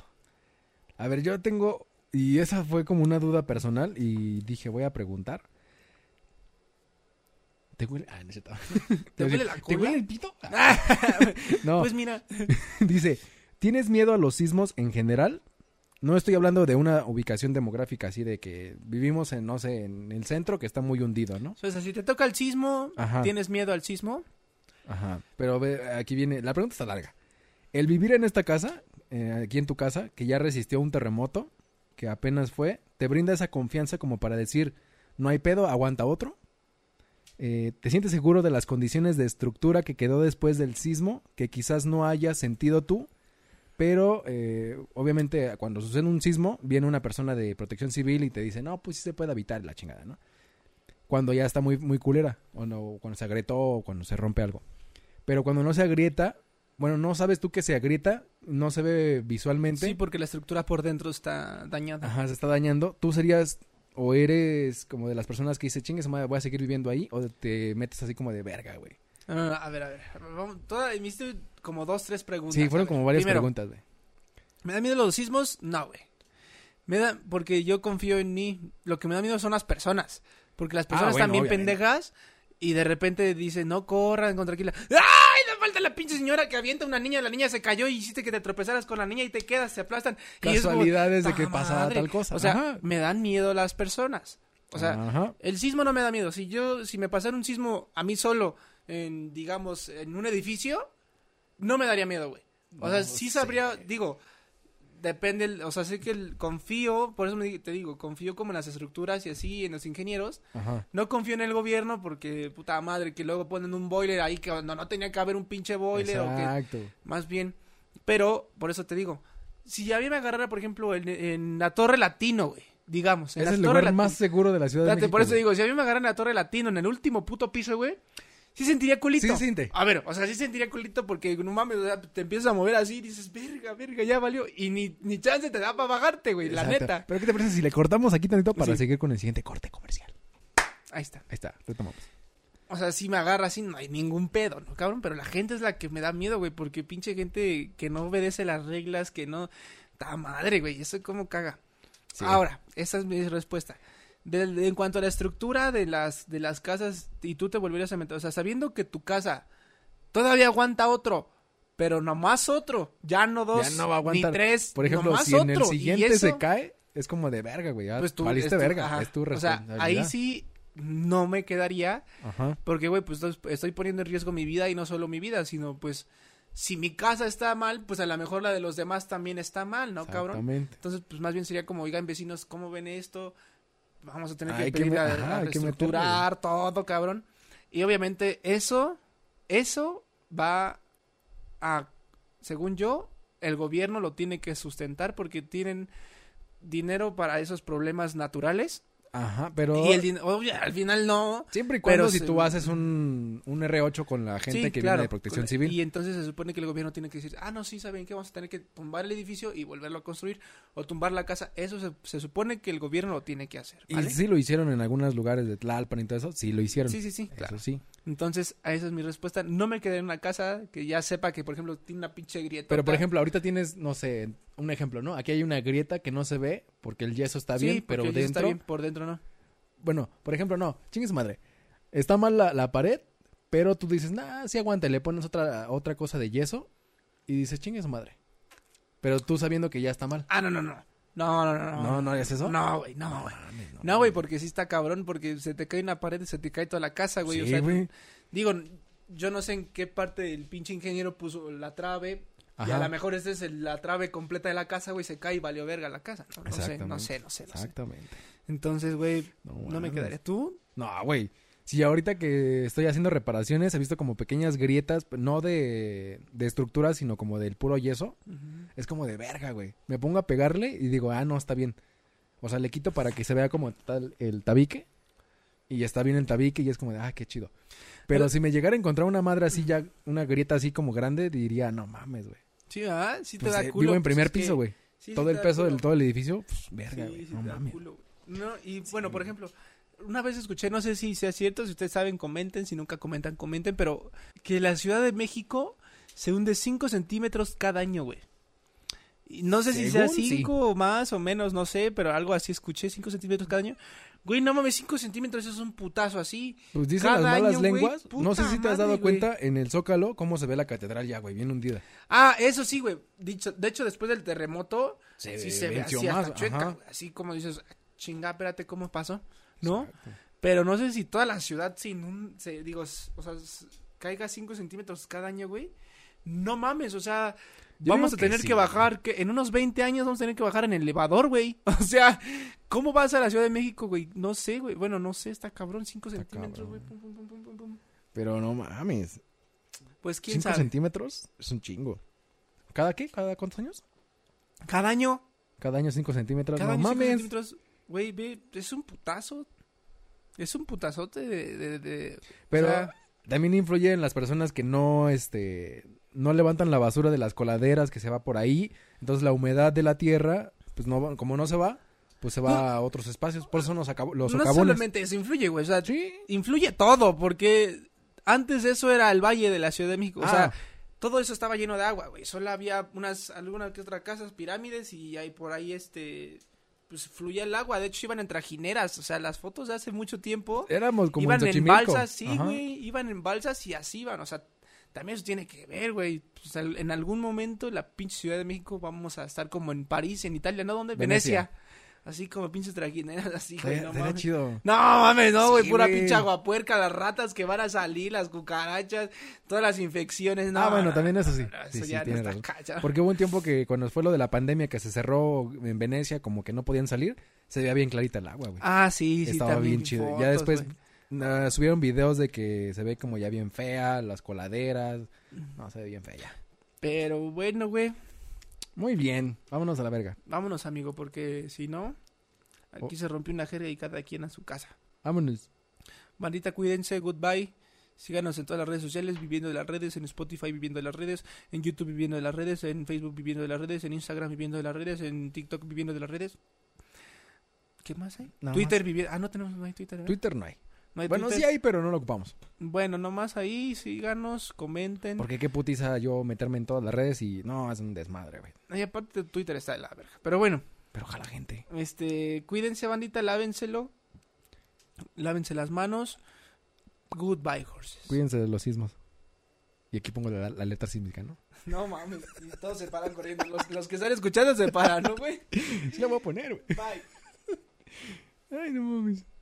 [SPEAKER 1] A ver, yo tengo. Y esa fue como una duda personal y dije, voy a preguntar. ¿Te huele? Ah, no es cierto.
[SPEAKER 2] ¿Te huele la
[SPEAKER 1] ¿Te
[SPEAKER 2] cola? Ah,
[SPEAKER 1] huele el pito? no.
[SPEAKER 2] Pues mira,
[SPEAKER 1] Dice, ¿tienes miedo a los sismos en general? No estoy hablando de una ubicación demográfica así de que vivimos en, no sé, en el centro que está muy hundido, ¿no?
[SPEAKER 2] o sea, si te toca el sismo,
[SPEAKER 1] Ajá.
[SPEAKER 2] tienes miedo al sismo.
[SPEAKER 1] Ajá. Pero ve, aquí viene, la pregunta está larga. El vivir en esta casa, eh, aquí en tu casa, que ya resistió un terremoto, que apenas fue, ¿te brinda esa confianza como para decir, no hay pedo, aguanta otro? Eh, ¿Te sientes seguro de las condiciones de estructura que quedó después del sismo, que quizás no hayas sentido tú? Pero eh, obviamente cuando sucede un sismo, viene una persona de protección civil y te dice, no, pues sí se puede habitar la chingada, ¿no? Cuando ya está muy, muy culera, o no, cuando se agrietó, o cuando se rompe algo. Pero cuando no se agrieta, bueno, no sabes tú que se agrieta, no se ve visualmente.
[SPEAKER 2] Sí, porque la estructura por dentro está dañada.
[SPEAKER 1] Ajá, se está dañando. ¿Tú serías o eres como de las personas que dice, chingue su madre, voy a seguir viviendo ahí? ¿O te metes así como de verga, güey?
[SPEAKER 2] Ah, a ver, a ver. Vamos, toda, me hiciste como dos, tres preguntas.
[SPEAKER 1] Sí,
[SPEAKER 2] A
[SPEAKER 1] fueron
[SPEAKER 2] ver,
[SPEAKER 1] como varias
[SPEAKER 2] primero,
[SPEAKER 1] preguntas, güey.
[SPEAKER 2] ¿Me da miedo los sismos? No, güey. Me da, porque yo confío en mí. Lo que me da miedo son las personas. Porque las personas
[SPEAKER 1] Ah, bueno,
[SPEAKER 2] también
[SPEAKER 1] obviamente.
[SPEAKER 2] pendejas y de repente dicen, no corran con tranquila. ¡Ay! No falta la pinche señora que avienta una niña, la niña se cayó y hiciste que te tropezaras con la niña y te quedas, se aplastan. Y es como,
[SPEAKER 1] Casualidades de
[SPEAKER 2] ¡ta
[SPEAKER 1] que pasaba
[SPEAKER 2] madre!
[SPEAKER 1] tal cosa.
[SPEAKER 2] O sea,
[SPEAKER 1] Ajá. Ah.
[SPEAKER 2] me dan miedo las personas. O sea,
[SPEAKER 1] Ajá.
[SPEAKER 2] el sismo no me da miedo. Si yo, si me pasara un sismo a mí solo, en, digamos, en un edificio, no me daría miedo, güey. O sea,
[SPEAKER 1] No
[SPEAKER 2] sí
[SPEAKER 1] sé,
[SPEAKER 2] sabría,
[SPEAKER 1] güey.
[SPEAKER 2] digo, depende, el- o sea, sé que el- confío, por eso me di- te digo, confío como en las estructuras y así, en los ingenieros.
[SPEAKER 1] Ajá.
[SPEAKER 2] No confío en el gobierno porque, puta madre, que luego ponen un boiler ahí que no, no tenía que haber un pinche boiler o que
[SPEAKER 1] Exacto.
[SPEAKER 2] más bien Pero, por eso te digo, si a mí me agarrara, por ejemplo, en, en la Torre Latino, güey, digamos. En
[SPEAKER 1] es
[SPEAKER 2] la
[SPEAKER 1] el
[SPEAKER 2] Torre
[SPEAKER 1] lugar
[SPEAKER 2] Latino.
[SPEAKER 1] más seguro de la ciudad
[SPEAKER 2] Espérate,
[SPEAKER 1] de México.
[SPEAKER 2] por eso
[SPEAKER 1] güey.
[SPEAKER 2] digo, si a mí me agarran en la Torre Latino en el último puto piso, güey, sí sentiría culito.
[SPEAKER 1] Sí se siente.
[SPEAKER 2] A ver, o sea, sí sentiría culito porque no mames, o sea, te empiezas a mover así y dices, verga, verga, ya valió. Y ni, ni chance te da para bajarte, güey, la
[SPEAKER 1] Exacto.
[SPEAKER 2] neta.
[SPEAKER 1] Pero ¿qué te parece si le cortamos aquí tantito para
[SPEAKER 2] Sí.
[SPEAKER 1] seguir con el siguiente corte comercial?
[SPEAKER 2] Ahí está.
[SPEAKER 1] Ahí está, retomamos.
[SPEAKER 2] O sea, si me agarra así, no hay ningún pedo, ¿no, cabrón? Pero la gente es la que me da miedo, güey, porque pinche gente que no obedece las reglas, que no. ¡Ta madre, güey! Eso cómo caga.
[SPEAKER 1] Sí.
[SPEAKER 2] Ahora, esa es mi respuesta. De- de- en cuanto a la estructura de las, de las casas, y tú te volverías a meter. O sea, sabiendo que tu casa todavía aguanta otro, pero nomás otro, ya no dos,
[SPEAKER 1] ya no va a aguantar.
[SPEAKER 2] ni tres,
[SPEAKER 1] Por ejemplo,
[SPEAKER 2] nomás
[SPEAKER 1] si en el
[SPEAKER 2] otro, y
[SPEAKER 1] siguiente se
[SPEAKER 2] eso-
[SPEAKER 1] cae, es como de verga, güey. Ya
[SPEAKER 2] pues tú,
[SPEAKER 1] valiste
[SPEAKER 2] es tu-
[SPEAKER 1] verga,
[SPEAKER 2] ajá.
[SPEAKER 1] es tu
[SPEAKER 2] O sea,
[SPEAKER 1] responsabilidad.
[SPEAKER 2] ahí sí no me quedaría.
[SPEAKER 1] Ajá.
[SPEAKER 2] Porque, güey, pues entonces, estoy poniendo en riesgo mi vida y no solo mi vida, sino pues si mi casa está mal, pues a lo mejor la de los demás también está mal, ¿no, cabrón?
[SPEAKER 1] Exactamente.
[SPEAKER 2] Entonces, pues más bien sería como, oigan, vecinos, ¿cómo ven esto? Vamos a tener
[SPEAKER 1] Hay
[SPEAKER 2] que
[SPEAKER 1] que
[SPEAKER 2] pedir
[SPEAKER 1] me-
[SPEAKER 2] a-
[SPEAKER 1] ajá,
[SPEAKER 2] a
[SPEAKER 1] hay que meterle.
[SPEAKER 2] reestructurar todo, cabrón. Y obviamente eso, eso va a, según yo, el gobierno lo tiene que sustentar porque tienen dinero para esos problemas naturales.
[SPEAKER 1] Ajá, pero
[SPEAKER 2] Y el din- obvio, al final no.
[SPEAKER 1] siempre y cuando
[SPEAKER 2] pero
[SPEAKER 1] si
[SPEAKER 2] se-
[SPEAKER 1] tú haces un, un R8 con la gente
[SPEAKER 2] Sí,
[SPEAKER 1] que
[SPEAKER 2] claro.
[SPEAKER 1] viene de protección
[SPEAKER 2] Con-
[SPEAKER 1] civil.
[SPEAKER 2] Y entonces se supone que el gobierno tiene que decir, ah, no, sí, saben que vamos a tener que tumbar el edificio y volverlo a construir o tumbar la casa. Eso se, se supone que el gobierno lo tiene que hacer.
[SPEAKER 1] Y
[SPEAKER 2] ¿vale?
[SPEAKER 1] sí lo hicieron en algunos lugares de Tlalpan y todo eso. Sí lo hicieron.
[SPEAKER 2] Sí, sí, sí,
[SPEAKER 1] Eso
[SPEAKER 2] claro.
[SPEAKER 1] sí.
[SPEAKER 2] Entonces, a esa es mi respuesta. No me quedé en una casa que ya sepa que, por ejemplo, tiene una pinche grieta.
[SPEAKER 1] Pero, por ejemplo, ahorita tienes, no sé, un ejemplo, ¿no? Aquí hay una grieta que no se ve porque el yeso está bien, pero dentro...
[SPEAKER 2] Está bien, por dentro no.
[SPEAKER 1] Bueno, por ejemplo, no, chingue su madre. Está mal la, la pared, pero tú dices, nah, sí aguanta. y Le pones otra, otra cosa de yeso y dices, chingue su madre. Pero tú sabiendo que ya está mal.
[SPEAKER 2] Ah, no, no, no. No, no, no.
[SPEAKER 1] No, no, ¿es eso?
[SPEAKER 2] Ah. No, güey, no, güey.
[SPEAKER 1] mames, no.
[SPEAKER 2] No, güey, porque sí está cabrón, porque se te cae una pared y se te cae toda la casa, güey.
[SPEAKER 1] Sí,
[SPEAKER 2] o sea,
[SPEAKER 1] güey.
[SPEAKER 2] Digo, yo no sé en qué parte del pinche ingeniero puso la trave. Y
[SPEAKER 1] Ajá.
[SPEAKER 2] a lo mejor esta es el- la trave completa de la casa, güey, se cae y valió verga la casa. No, No sé, no
[SPEAKER 1] Exactamente.
[SPEAKER 2] sé, no sé, no sé.
[SPEAKER 1] Exactamente.
[SPEAKER 2] Entonces, güey,
[SPEAKER 1] No
[SPEAKER 2] no, me
[SPEAKER 1] mames.
[SPEAKER 2] quedaría. ¿Tú?
[SPEAKER 1] No, güey. Si ahorita que estoy haciendo reparaciones he visto como pequeñas grietas, no de, de estructura, sino como del puro yeso. Es como de verga, güey. Me pongo a pegarle y digo, ah, no, está bien. O sea, le quito para que se vea como tal el tabique. Y está bien el tabique y es como de, ah, qué chido. Pero
[SPEAKER 2] Pero-
[SPEAKER 1] si me llegara a encontrar una madre así ya, una grieta así como grande, diría, no mames, güey.
[SPEAKER 2] Sí, ah, sí te
[SPEAKER 1] Pues,
[SPEAKER 2] da
[SPEAKER 1] eh,
[SPEAKER 2] culo.
[SPEAKER 1] vivo en
[SPEAKER 2] pues,
[SPEAKER 1] primer
[SPEAKER 2] es que-
[SPEAKER 1] piso, güey.
[SPEAKER 2] sí, sí
[SPEAKER 1] todo
[SPEAKER 2] te
[SPEAKER 1] el
[SPEAKER 2] da
[SPEAKER 1] peso del
[SPEAKER 2] culo.
[SPEAKER 1] todo el edificio, pues, verga,
[SPEAKER 2] Sí,
[SPEAKER 1] güey.
[SPEAKER 2] sí
[SPEAKER 1] no
[SPEAKER 2] te da
[SPEAKER 1] mames.
[SPEAKER 2] culo, güey. No, y bueno, por ejemplo, una vez escuché, no sé si sea cierto, si ustedes saben, comenten, si nunca comentan, comenten, pero que la Ciudad de México se hunde 5 centímetros cada año, güey. Y no sé si sea
[SPEAKER 1] Según, sí.
[SPEAKER 2] 5 o más o menos, no sé, pero algo así escuché, 5 centímetros cada año. Güey, no mames, 5 centímetros eso es un putazo así.
[SPEAKER 1] Pues dicen
[SPEAKER 2] Cada
[SPEAKER 1] las malas
[SPEAKER 2] año, güey,
[SPEAKER 1] lenguas. no sé
[SPEAKER 2] puta
[SPEAKER 1] si te has dado
[SPEAKER 2] madre, güey.
[SPEAKER 1] cuenta en el Zócalo cómo se ve la catedral ya, güey, bien hundida.
[SPEAKER 2] Ah, eso sí, güey. Dicho, de hecho, después del terremoto,
[SPEAKER 1] Se
[SPEAKER 2] sí
[SPEAKER 1] ve-
[SPEAKER 2] se ve
[SPEAKER 1] venció
[SPEAKER 2] así hasta
[SPEAKER 1] más,
[SPEAKER 2] chueca,
[SPEAKER 1] ajá.
[SPEAKER 2] güey. Así como dices, "Ah, chinga, espérate, ¿cómo pasó? ¿No?
[SPEAKER 1] Exacto.
[SPEAKER 2] Pero no sé si toda la ciudad se inun- se, digo, s- o sea, s- caiga 5 centímetros cada año, güey. No mames, o sea,
[SPEAKER 1] Yo
[SPEAKER 2] vamos
[SPEAKER 1] digo
[SPEAKER 2] a
[SPEAKER 1] que
[SPEAKER 2] tener
[SPEAKER 1] sí,
[SPEAKER 2] que
[SPEAKER 1] güey.
[SPEAKER 2] bajar, que en unos 20 años vamos a tener que bajar en el elevador, güey. O sea, ¿cómo vas a la Ciudad de México, güey? No sé, güey. Bueno, no sé, está cabrón, 5
[SPEAKER 1] Está
[SPEAKER 2] centímetros, güey.
[SPEAKER 1] cabrón.
[SPEAKER 2] pum, pum, pum, pum, pum, pum.
[SPEAKER 1] Pero no mames.
[SPEAKER 2] Pues quién
[SPEAKER 1] 5
[SPEAKER 2] sabe.
[SPEAKER 1] centímetros es un chingo. ¿Cada qué? ¿Cada cuántos años?
[SPEAKER 2] Cada año,
[SPEAKER 1] Cada año 5 centímetros.
[SPEAKER 2] cada
[SPEAKER 1] no
[SPEAKER 2] año cinco
[SPEAKER 1] mames.
[SPEAKER 2] centímetros, güey, ve, es un putazo. Es un putazote de... de- de-
[SPEAKER 1] Pero
[SPEAKER 2] o sea,
[SPEAKER 1] también influye en las personas que no, este, no levantan la basura de las coladeras que se va por ahí. Entonces la humedad de la tierra, pues no, va- como no se va, pues se va
[SPEAKER 2] No.
[SPEAKER 1] a otros espacios. Por eso nos acabó, los
[SPEAKER 2] no
[SPEAKER 1] socavones.
[SPEAKER 2] solamente eso influye, güey. O sea,
[SPEAKER 1] Sí.
[SPEAKER 2] influye todo, porque antes eso era el valle de la Ciudad de México. O
[SPEAKER 1] Ah.
[SPEAKER 2] sea, todo eso estaba lleno de agua, güey. Solo había unas, algunas que otras casas, pirámides, y ahí por ahí este. Pues fluía el agua. De hecho, iban en trajineras. O sea, las fotos de hace mucho tiempo.
[SPEAKER 1] Éramos Eh, como
[SPEAKER 2] iban
[SPEAKER 1] en
[SPEAKER 2] en,
[SPEAKER 1] Xochimilco.
[SPEAKER 2] balsas, sí,
[SPEAKER 1] Ajá.
[SPEAKER 2] güey. Iban en balsas y así iban. O sea, también eso tiene que ver, güey. Pues, al- en algún momento la pinche Ciudad de México vamos a estar como en París, en Italia, ¿no? ¿Dónde?
[SPEAKER 1] Venecia.
[SPEAKER 2] Venecia. Así como pinches trajineras, así, güey.
[SPEAKER 1] Estaría-
[SPEAKER 2] No
[SPEAKER 1] estaría
[SPEAKER 2] mames.
[SPEAKER 1] chido.
[SPEAKER 2] No, mames, no, güey,
[SPEAKER 1] Sí,
[SPEAKER 2] pura
[SPEAKER 1] güey.
[SPEAKER 2] pinche aguapuerca, las ratas que van a salir, las cucarachas, todas las infecciones, no.
[SPEAKER 1] ah, bueno,
[SPEAKER 2] no,
[SPEAKER 1] también eso sí.
[SPEAKER 2] no,
[SPEAKER 1] sí,
[SPEAKER 2] eso
[SPEAKER 1] sí,
[SPEAKER 2] ya no
[SPEAKER 1] tienes
[SPEAKER 2] está
[SPEAKER 1] razón.
[SPEAKER 2] cacha.
[SPEAKER 1] Porque hubo un tiempo que cuando fue lo de la pandemia que se cerró en Venecia, como que no podían salir, se veía bien clarita el agua, güey.
[SPEAKER 2] Ah, sí, sí,
[SPEAKER 1] Estaba
[SPEAKER 2] también
[SPEAKER 1] bien
[SPEAKER 2] vi
[SPEAKER 1] chido. ya
[SPEAKER 2] fotos,
[SPEAKER 1] después ah,
[SPEAKER 2] güey.
[SPEAKER 1] na- subieron videos de que se ve como ya bien fea, las coladeras. No, se ve bien fea ya.
[SPEAKER 2] Pero bueno, güey,
[SPEAKER 1] Muy bien, vámonos a la verga.
[SPEAKER 2] vámonos, amigo, porque si no, aquí
[SPEAKER 1] Oh.
[SPEAKER 2] se rompió una jerga y cada quien a su casa.
[SPEAKER 1] Vámonos.
[SPEAKER 2] Bandita, cuídense, goodbye. Síganos en todas las redes sociales, Viviendo de las Redes, en Spotify Viviendo de las Redes, en YouTube Viviendo de las Redes, en Facebook Viviendo de las Redes, en Instagram Viviendo de las Redes, en TikTok Viviendo de las Redes. ¿Qué más hay?
[SPEAKER 1] Nada
[SPEAKER 2] Twitter Viviendo... Ah, no tenemos no hay Twitter, ¿verdad?
[SPEAKER 1] Twitter no hay.
[SPEAKER 2] No hay
[SPEAKER 1] Bueno,
[SPEAKER 2] Twitter.
[SPEAKER 1] sí hay, pero no lo ocupamos.
[SPEAKER 2] Bueno, nomás ahí, síganos, comenten.
[SPEAKER 1] Porque qué putiza yo meterme en todas las redes y no, es un desmadre, güey.
[SPEAKER 2] Y aparte Twitter está de la verga. Pero bueno,
[SPEAKER 1] Pero ojalá gente.
[SPEAKER 2] este, cuídense bandita, lávenselo. Lávense las manos. Goodbye, horses.
[SPEAKER 1] Cuídense de los sismos. Y aquí pongo la, la letra sísmica, ¿no?
[SPEAKER 2] No mames, y todos se paran corriendo. Los, los que están escuchando se paran, ¿no, güey?
[SPEAKER 1] Sí la voy a poner, güey.
[SPEAKER 2] Bye.
[SPEAKER 1] Ay, no mames.